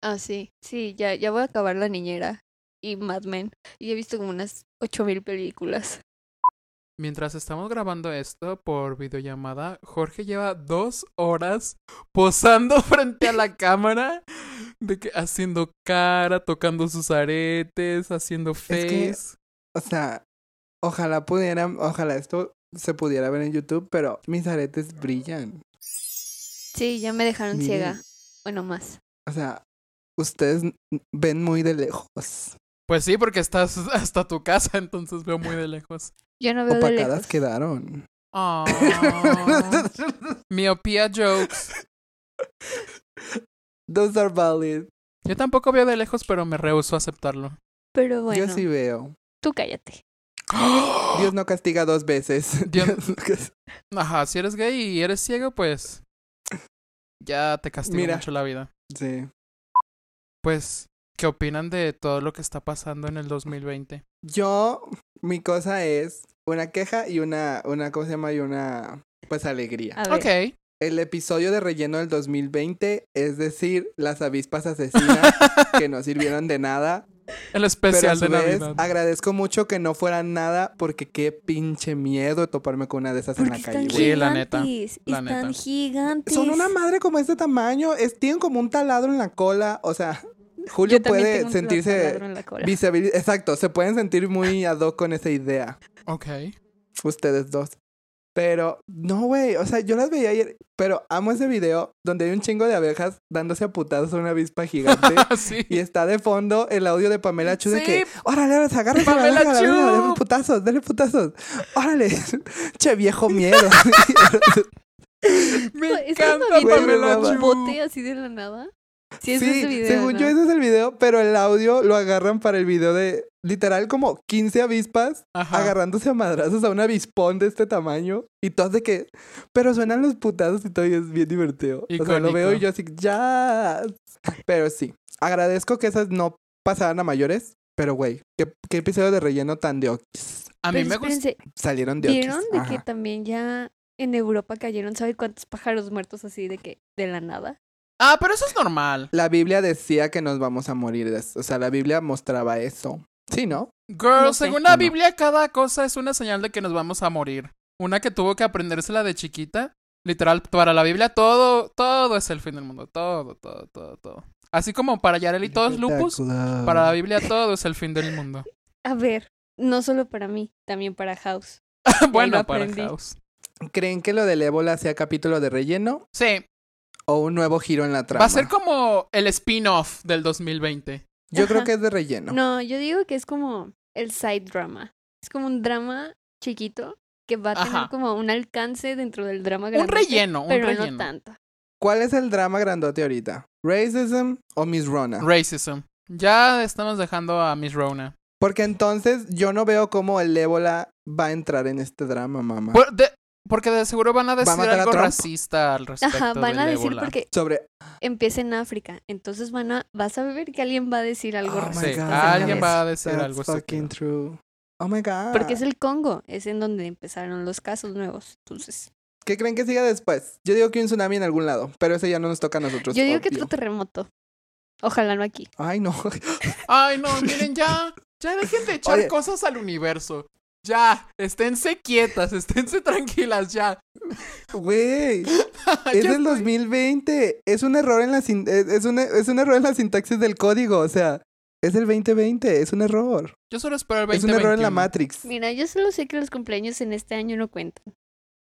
Speaker 2: Ah, sí. Sí, ya, ya voy a acabar La Niñera y Mad Men. Y he visto como unas 8000 películas.
Speaker 1: Mientras estamos grabando esto por videollamada, Jorge lleva dos horas posando *laughs* frente a la cámara, de que haciendo cara, tocando sus aretes, haciendo
Speaker 3: que-
Speaker 1: face.
Speaker 3: O sea, ojalá pudieran, ojalá esto se pudiera ver en YouTube, pero mis aretes brillan.
Speaker 2: Sí, ya me dejaron ciega.
Speaker 3: Miren,
Speaker 2: Bueno, más.
Speaker 3: O sea, ustedes n- ven muy de lejos,
Speaker 1: Pues sí, porque estás *laughs* hasta tu casa, entonces veo muy de lejos.
Speaker 2: Yo no veo de lejos. Ah.
Speaker 3: opacadas quedaron.
Speaker 1: Ah, miopía jokes.
Speaker 3: *laughs* Those are valid.
Speaker 1: Yo tampoco veo de lejos, pero me rehúso a aceptarlo.
Speaker 2: Pero bueno,
Speaker 3: Yo sí veo.
Speaker 2: tú cállate.
Speaker 3: Dios no castiga dos veces.
Speaker 1: Dios-
Speaker 3: *laughs* no cas-
Speaker 1: *gasps* Ajá, si eres gay y eres ciego, pues ya te castigo
Speaker 3: Mira.
Speaker 1: mucho la vida.
Speaker 3: Sí.
Speaker 1: Pues, ¿qué opinan de todo lo que está pasando en el 2020?
Speaker 3: Yo, mi cosa es una queja y una, una, ¿cómo se llama? Y una, pues, alegría.
Speaker 2: A ver.
Speaker 1: Ok.
Speaker 3: El episodio de relleno del 2020, es decir, las avispas
Speaker 1: *laughs*
Speaker 3: asesinas que no sirvieron de nada.
Speaker 1: El
Speaker 3: Pero a
Speaker 1: especial
Speaker 3: su
Speaker 1: de
Speaker 3: vez,
Speaker 1: Navidad.
Speaker 3: agradezco mucho que no fuera nada porque qué pinche miedo toparme con una de esas en
Speaker 2: Porque
Speaker 3: la
Speaker 2: están
Speaker 3: calle.
Speaker 2: gigantes.
Speaker 1: Sí,
Speaker 3: güey.
Speaker 1: la neta, la
Speaker 2: están
Speaker 1: neta.
Speaker 2: gigantes.
Speaker 3: Son una madre como este tamaño, es, tienen como un taladro en la cola, o sea, Julio
Speaker 2: Yo también tengo
Speaker 3: puede
Speaker 2: un taladro
Speaker 3: sentirse
Speaker 2: en la cola. *laughs*
Speaker 3: visibil- exacto, se pueden sentir muy ad hoc con esa idea,
Speaker 1: Ok. *laughs*
Speaker 3: ustedes dos. Pero, no, güey, o sea, yo las veía ayer, pero amo ese video donde hay un chingo de abejas dándose a putazos a una avispa
Speaker 2: *laughs*
Speaker 3: gigante.
Speaker 1: sí.
Speaker 3: Y está de fondo el audio de Pamela Chu de que,
Speaker 1: Sí.
Speaker 3: órale, órale, agarra
Speaker 1: Pamela
Speaker 3: Pamela Chu,
Speaker 1: Chu.
Speaker 3: dale putazos, dale putazos. Órale, *laughs* che
Speaker 2: *laughs*
Speaker 3: viejo miedo.
Speaker 1: Me
Speaker 2: Güey, Es
Speaker 1: encanta
Speaker 2: cuando avientan
Speaker 1: Pamela
Speaker 2: un
Speaker 1: Chu.
Speaker 2: bote así de la nada. Sí, es ese video,
Speaker 3: según
Speaker 2: ¿no?
Speaker 3: yo ese es el video, pero el audio lo agarran para el video de literal como 15 avispas
Speaker 1: Ajá.
Speaker 3: agarrándose a madrazos a un avispón de este tamaño y todo de que, pero suenan los putazos y todo y es bien divertido. O sea,
Speaker 1: Icónico.
Speaker 3: lo veo y yo así, ya. Pero sí, agradezco que esas no pasaran a mayores, pero güey, ¿qué, qué episodio de relleno tan de okis.
Speaker 1: A mí
Speaker 2: Pero
Speaker 1: me gusta.
Speaker 2: espérense,
Speaker 3: Salieron de
Speaker 2: ¿Vieron
Speaker 3: okis.
Speaker 2: de que
Speaker 3: Ajá.
Speaker 2: también ya en Europa cayeron, ¿sabe cuántos pájaros muertos así de que de la nada?
Speaker 1: Ah, pero eso es normal.
Speaker 3: La Biblia decía que nos vamos a morir. de- O sea, la Biblia mostraba eso. Sí, ¿no?
Speaker 1: Girl,
Speaker 2: No sé.
Speaker 1: según la
Speaker 3: No.
Speaker 1: Biblia, cada cosa es una señal de que nos vamos a morir. Una que tuvo que aprendérsela de chiquita. Literal, para la Biblia todo, todo es el fin del mundo. Todo, todo, todo, todo. Así como para Yareli todo es lupus, para la Biblia todo es el fin del
Speaker 2: *laughs*
Speaker 1: mundo.
Speaker 2: A ver, no solo para mí, también
Speaker 1: *laughs*
Speaker 2: para House.
Speaker 1: bueno, para
Speaker 2: aprendí.
Speaker 1: House.
Speaker 3: ¿Creen que lo del ébola sea capítulo de relleno?
Speaker 1: Sí,
Speaker 3: o un nuevo giro en la trama.
Speaker 1: Va a ser como el spin-off del 2020.
Speaker 3: Yo creo
Speaker 2: Ajá.
Speaker 3: que es de relleno.
Speaker 2: No, yo digo que es como el side drama. Es como un drama chiquito que va a tener
Speaker 1: Ajá.
Speaker 2: como un alcance dentro del drama
Speaker 1: Un
Speaker 2: grande,
Speaker 1: relleno, un
Speaker 2: pero
Speaker 1: relleno.
Speaker 2: no tanto.
Speaker 3: ¿Cuál es el drama grandote ahorita? ¿Racism o Miss Rona?
Speaker 1: Racism. Ya estamos dejando a Miss Rona.
Speaker 3: Porque entonces yo no veo cómo el ébola va a entrar en este drama, mamá.
Speaker 1: Por- de- porque de seguro van a
Speaker 3: a
Speaker 1: decir
Speaker 3: matar a
Speaker 1: algo
Speaker 3: Trump?
Speaker 1: racista al respecto.
Speaker 2: Ajá, van a
Speaker 1: del
Speaker 2: decir
Speaker 1: ébola.
Speaker 2: porque
Speaker 3: Sobre
Speaker 2: empieza en África, entonces van a vas a ver que alguien va a decir algo
Speaker 3: Oh my
Speaker 1: Sí,
Speaker 2: racista
Speaker 3: God.
Speaker 2: acerca de
Speaker 1: alguien
Speaker 2: eso.
Speaker 1: va Ah. a decir
Speaker 3: That's
Speaker 1: algo
Speaker 3: fucking
Speaker 1: estúpido.
Speaker 3: true. Oh my god.
Speaker 2: Porque es el Congo, es en donde empezaron los casos nuevos. Entonces,
Speaker 3: ¿Qué creen que siga después? Yo digo que un tsunami en algún lado, pero ese ya no nos toca a
Speaker 1: Pues
Speaker 3: nosotros.
Speaker 2: yo digo que
Speaker 3: obvio.
Speaker 2: otro terremoto. Ojalá no aquí.
Speaker 3: Ay, no. *laughs*
Speaker 1: Ay, no, miren, ya. Ya dejen de echar
Speaker 3: Oye.
Speaker 1: cosas al universo. Ya, esténse quietas, *laughs* esténse tranquilas, ya. *laughs*
Speaker 2: *laughs*
Speaker 3: Güey,
Speaker 1: Ya
Speaker 3: es del
Speaker 1: estoy-
Speaker 3: 2020. Es un error en la sin- es es un es un error en la sintaxis del código, o sea, es el 2020, es un error.
Speaker 1: Yo solo espero el
Speaker 3: Es un error en
Speaker 1: 2021.
Speaker 3: la Matrix.
Speaker 2: Mira, yo solo sé que los cumpleaños en este año no cuentan.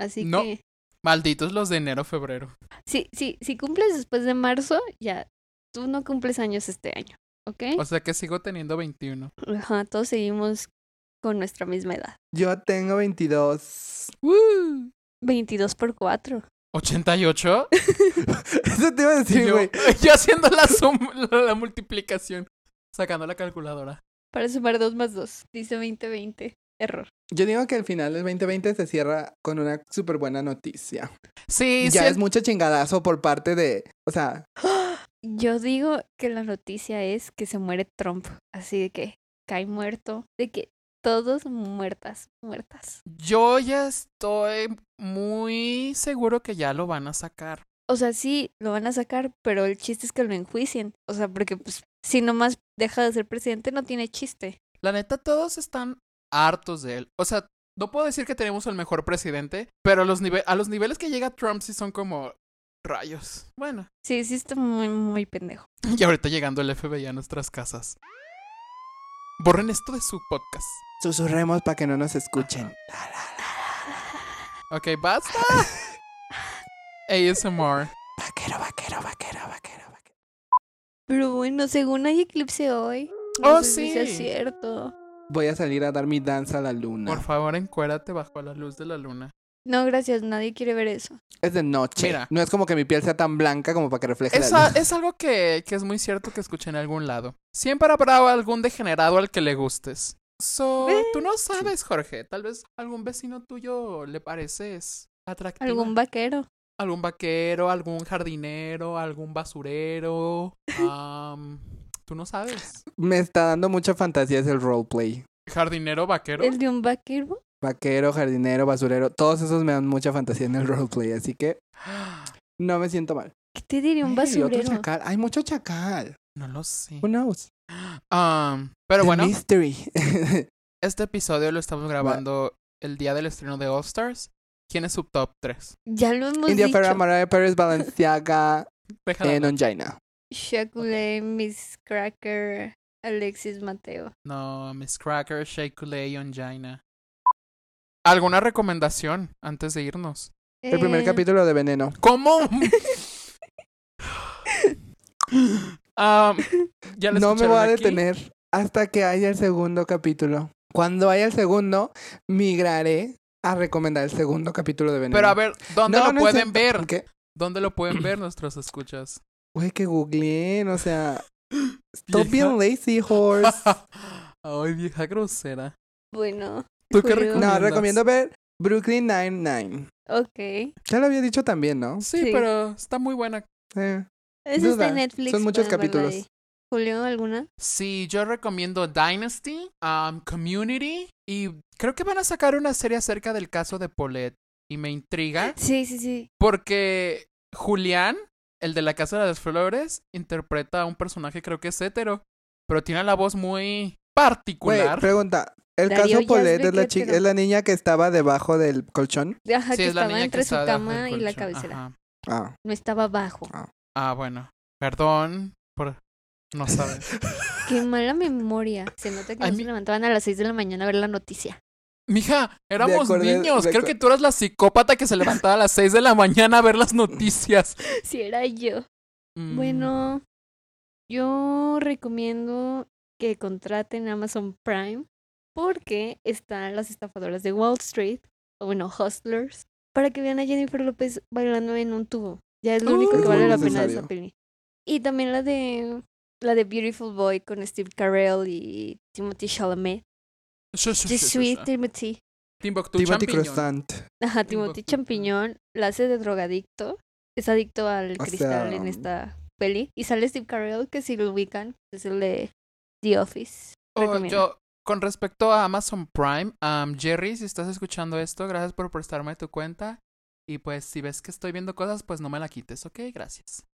Speaker 2: Así
Speaker 1: No.
Speaker 2: que
Speaker 1: Malditos los de enero, febrero.
Speaker 2: si, si, si cumples después de marzo, ya tú no cumples años este año, ¿ok?
Speaker 1: O sea que sigo teniendo 21.
Speaker 2: Ajá, todos seguimos con nuestra misma edad.
Speaker 3: Yo tengo 22.
Speaker 1: ¡Woo!
Speaker 2: 22 por 4.
Speaker 3: *laughs*
Speaker 1: ¿88?
Speaker 3: Eso te iba a
Speaker 1: Y
Speaker 3: decir,
Speaker 1: yo,
Speaker 3: güey.
Speaker 1: *laughs* yo haciendo la, sum- la, la multiplicación, sacando la calculadora.
Speaker 2: Para sumar 2 más 2. Dice 2020. Error.
Speaker 3: Yo digo que el final del 2020 se cierra con una súper buena noticia.
Speaker 1: Sí,
Speaker 3: ya
Speaker 1: sí,
Speaker 3: es mucho chingadazo por parte de, o sea,
Speaker 2: Yo digo que la noticia es que se muere Trump. Así de que cae muerto. De que todos muertas, muertas.
Speaker 1: yo ya estoy muy seguro que ya lo van a sacar.
Speaker 2: O sea, sí, lo van a sacar, pero el chiste es que lo enjuicien. O sea, porque pues si nomás deja de ser presidente no tiene chiste.
Speaker 1: La neta, todos están hartos de él. O sea, no puedo decir que tenemos el mejor presidente, pero a los, nive- a los niveles que llega Trump sí son como rayos. Bueno, *laughs*
Speaker 2: Sí, sí está muy, muy pendejo.
Speaker 1: y ahorita llegando el FBI a nuestras casas. Borren esto de su podcast.
Speaker 3: susurremos para que no nos escuchen.
Speaker 1: Ok, basta. ASMR.
Speaker 3: Vaquero, vaquero, vaquero, vaquero, vaquero.
Speaker 2: Pero bueno, según hay eclipse hoy.
Speaker 1: Oh,
Speaker 2: sé si
Speaker 1: sí.
Speaker 2: sea cierto.
Speaker 3: Voy a salir a dar mi danza a la
Speaker 1: Por
Speaker 3: luna.
Speaker 1: favor, encuérate bajo la luz de la luna.
Speaker 2: No, gracias, nadie quiere ver eso.
Speaker 3: Es de noche.
Speaker 1: Mira.
Speaker 3: No es como que mi piel sea tan blanca como para que refleje
Speaker 1: Es,
Speaker 3: la
Speaker 1: a-
Speaker 3: luna.
Speaker 1: es algo que, que es muy cierto que escuché en algún lado. Siempre habrá algún degenerado al que le gustes. So,
Speaker 2: Eh.
Speaker 1: tú no sabes, Jorge. Tal vez algún vecino tuyo le pareces atractivo.
Speaker 2: Algún vaquero.
Speaker 1: Algún vaquero, algún jardinero, algún basurero. Am, tú no sabes.
Speaker 3: *laughs* Me está dando mucha fantasía ese roleplay.
Speaker 1: Jardinero, vaquero.
Speaker 2: El de un vaquero.
Speaker 3: Vaquero, jardinero, basurero, todos esos me dan mucha fantasía en el roleplay, así *gasps* que no me siento mal.
Speaker 2: ¿Qué te diría un
Speaker 3: Ay, otro
Speaker 2: basurero?
Speaker 3: chacal. Hay mucho chacal.
Speaker 1: No lo sé.
Speaker 3: Who knows?
Speaker 1: Am, pero
Speaker 3: The
Speaker 1: bueno,
Speaker 3: mystery.
Speaker 1: este episodio lo estamos grabando el día del estreno de All Stars. ¿Quién es su top 3?
Speaker 2: Ya lo hemos
Speaker 3: India
Speaker 2: Pues dicho.
Speaker 3: Ferra, Mariah Pérez, Balenciaga,
Speaker 1: Déjala.
Speaker 3: eh, Nongina.
Speaker 2: Shakulay, Miss Cracker, Alexis Mateo.
Speaker 1: No, Miss Cracker, Shakulay, Ongina. ¿Alguna recomendación antes de irnos?
Speaker 3: El primer
Speaker 2: Eh,
Speaker 3: capítulo de Veneno. *laughs*
Speaker 1: ¿Cómo? Ah, ya la
Speaker 3: No me voy a
Speaker 1: escucharon aquí.
Speaker 3: detener hasta que haya el segundo capítulo. Cuando haya el segundo, migraré a recomendar el segundo capítulo de Veneno.
Speaker 1: Pero a ver, ¿dónde
Speaker 3: No,
Speaker 1: lo
Speaker 3: no es
Speaker 1: pueden
Speaker 3: cierto.
Speaker 1: ver?
Speaker 3: ¿Qué?
Speaker 1: ¿Dónde lo pueden ver nuestros escuchas?
Speaker 3: Güey, que googleen,
Speaker 1: *gasps*
Speaker 3: o sea... Stop
Speaker 1: Vieja.
Speaker 3: being lazy,
Speaker 1: *laughs*
Speaker 3: horse.
Speaker 1: Ay, vieja grosera.
Speaker 2: *laughs* Bueno,
Speaker 1: ¿Tú qué
Speaker 2: Julio.
Speaker 1: recomiendas?
Speaker 2: No,
Speaker 3: No, recomiendo ver Brooklyn Nine-Nine.
Speaker 2: ok.
Speaker 3: Ya lo había dicho también, ¿no?
Speaker 1: Sí,
Speaker 2: Sí.
Speaker 1: pero está muy buena.
Speaker 3: Eh,
Speaker 2: Eso está
Speaker 3: Duda.
Speaker 2: en Netflix.
Speaker 3: Son muchos
Speaker 2: pueden verla
Speaker 3: capítulos.
Speaker 2: ahí. Julio, ¿alguna?
Speaker 1: Sí, yo recomiendo Dynasty, um, Community y creo que van a sacar una serie acerca del caso de Paulette y me intriga
Speaker 2: Sí, sí, sí.
Speaker 1: porque Julián, el de la Casa de las Flores, interpreta a un personaje creo que es hetero, pero tiene la voz muy
Speaker 3: Güey,
Speaker 1: particular.
Speaker 3: pregunta. El
Speaker 2: Darío
Speaker 3: caso
Speaker 2: ya es
Speaker 3: Paulette es la,
Speaker 2: bequetero.
Speaker 3: chica, es la niña que estaba debajo del colchón.
Speaker 2: Ajá,
Speaker 1: Sí,
Speaker 2: que
Speaker 1: es la
Speaker 2: estaba
Speaker 1: niña que
Speaker 2: entre su
Speaker 1: está debajo
Speaker 2: cama
Speaker 1: del
Speaker 2: y la
Speaker 1: colchón,
Speaker 2: cabecera.
Speaker 1: ajá.
Speaker 3: Ah.
Speaker 2: No estaba abajo.
Speaker 1: Ah, bueno. Perdón por no
Speaker 3: *laughs*
Speaker 1: saber.
Speaker 2: Qué mala memoria. Se nota que
Speaker 1: A
Speaker 2: no
Speaker 1: mí-
Speaker 2: se levantaban a las 6 de la mañana a ver la noticia. *laughs*
Speaker 1: Mija, éramos
Speaker 3: acuerdo, de
Speaker 1: niños. Creo
Speaker 3: acuerdo.
Speaker 1: que tú eras la psicópata que se levantaba a las 6 de la mañana a ver las noticias.
Speaker 2: Si era yo.
Speaker 1: Mm,
Speaker 2: Bueno, yo recomiendo que contraten Amazon Prime porque están las estafadoras de Wall Street, o bueno, hustlers, para que vean a Jennifer López bailando en un tubo. Ya es lo único
Speaker 1: Uh,
Speaker 2: que
Speaker 1: es
Speaker 2: vale
Speaker 1: muy
Speaker 2: la pena de esa
Speaker 3: necesario.
Speaker 2: peli. Y también la de la de Beautiful Boy con Steve Carell y Timothy Chalamet.
Speaker 1: sí, sí, sí,
Speaker 2: The
Speaker 1: sí,
Speaker 2: Sweet
Speaker 1: sí.
Speaker 2: Timothy.
Speaker 1: Timbuktu
Speaker 3: Timothy
Speaker 1: Champiñón.
Speaker 3: Croissant.
Speaker 2: Ajá,
Speaker 1: Timbuktu,
Speaker 2: Timothy
Speaker 1: ajá.
Speaker 2: Champiñón la hace de drogadicto. Es adicto al
Speaker 3: O
Speaker 2: cristal en
Speaker 3: sea,
Speaker 2: esta peli. Y sale Steve Carell, que si lo ubican, es el de The Office.
Speaker 1: Oh,
Speaker 2: Recomiendo.
Speaker 1: yo, con respecto a Amazon Prime, am, Jerry, si estás escuchando esto, gracias por prestarme tu cuenta. Y pues si ves que estoy viendo cosas, pues no me la quites, ¿ok? Gracias.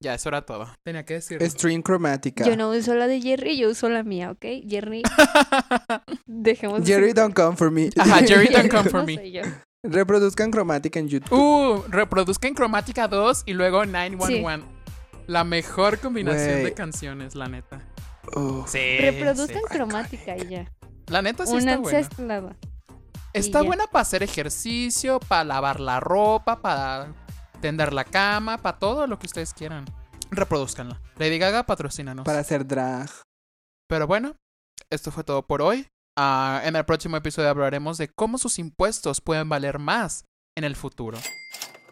Speaker 1: ya, eso era todo. Tenía que decirlo.
Speaker 3: String cromática.
Speaker 2: Yo no uso la de Jerry, yo uso la mía, ¿ok?
Speaker 3: *laughs*
Speaker 2: Jerry, dejemos de
Speaker 3: Jerry,
Speaker 2: ser-
Speaker 3: don't come for me.
Speaker 1: Ajá, Jerry, don't
Speaker 2: *laughs*
Speaker 1: come
Speaker 2: no
Speaker 1: for me.
Speaker 2: soy yo.
Speaker 3: *laughs* Reproduzcan cromática en
Speaker 1: *laughs*
Speaker 3: YouTube.
Speaker 1: Uh, reproduzcan Cromática 2 y luego 911. La mejor combinación de
Speaker 3: Güey.
Speaker 1: canciones, la neta.
Speaker 3: Oh.
Speaker 1: Sí.
Speaker 2: Reproduzcan
Speaker 3: sí.
Speaker 2: cromática y ya.
Speaker 1: La neta sí está
Speaker 2: Una este
Speaker 1: buena.
Speaker 2: ancestrada.
Speaker 1: Está
Speaker 2: ya.
Speaker 1: buena para hacer ejercicio, para lavar la ropa, para tender la cama, para todo lo que ustedes quieran. Reproduzcanla. Lady Gaga, patrocínanos.
Speaker 3: Para hacer drag.
Speaker 1: Pero bueno, esto fue todo por hoy. Ah, en el próximo episodio hablaremos de cómo sus impuestos pueden valer más en el futuro.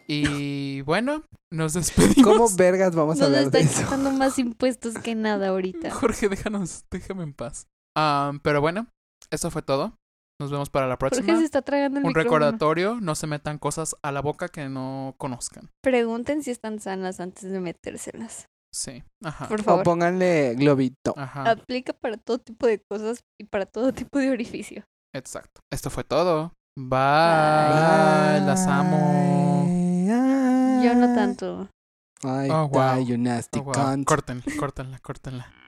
Speaker 1: Y bueno, nos despedimos.
Speaker 3: ¿Cómo vergas vamos a
Speaker 2: Nos
Speaker 3: hablar de
Speaker 2: están
Speaker 3: eso?
Speaker 2: quitando más impuestos que nada
Speaker 1: *laughs*
Speaker 2: ahorita.
Speaker 1: Jorge, déjanos, déjame en paz. Am, pero bueno, esto fue todo. Nos vemos para la próxima.
Speaker 2: Jorge se está tragando el
Speaker 1: Un
Speaker 2: micrófono.
Speaker 1: recordatorio, no se metan cosas a la boca que no conozcan.
Speaker 2: Pregunten si están sanas antes de metérselas.
Speaker 1: Sí, ajá.
Speaker 2: Por favor.
Speaker 3: *laughs* O pónganle globito.
Speaker 1: Ajá,
Speaker 2: Aplica para todo tipo de cosas y para todo tipo de orificio.
Speaker 1: exacto. Esto fue todo. Bye.
Speaker 2: Bye.
Speaker 1: Las amo.
Speaker 2: Yo no tanto.
Speaker 3: Ay,
Speaker 1: Oh, wow.
Speaker 3: die, you nasty
Speaker 1: Oh, wow.
Speaker 3: cunt.
Speaker 1: Córtenla, córtenla, córtenla.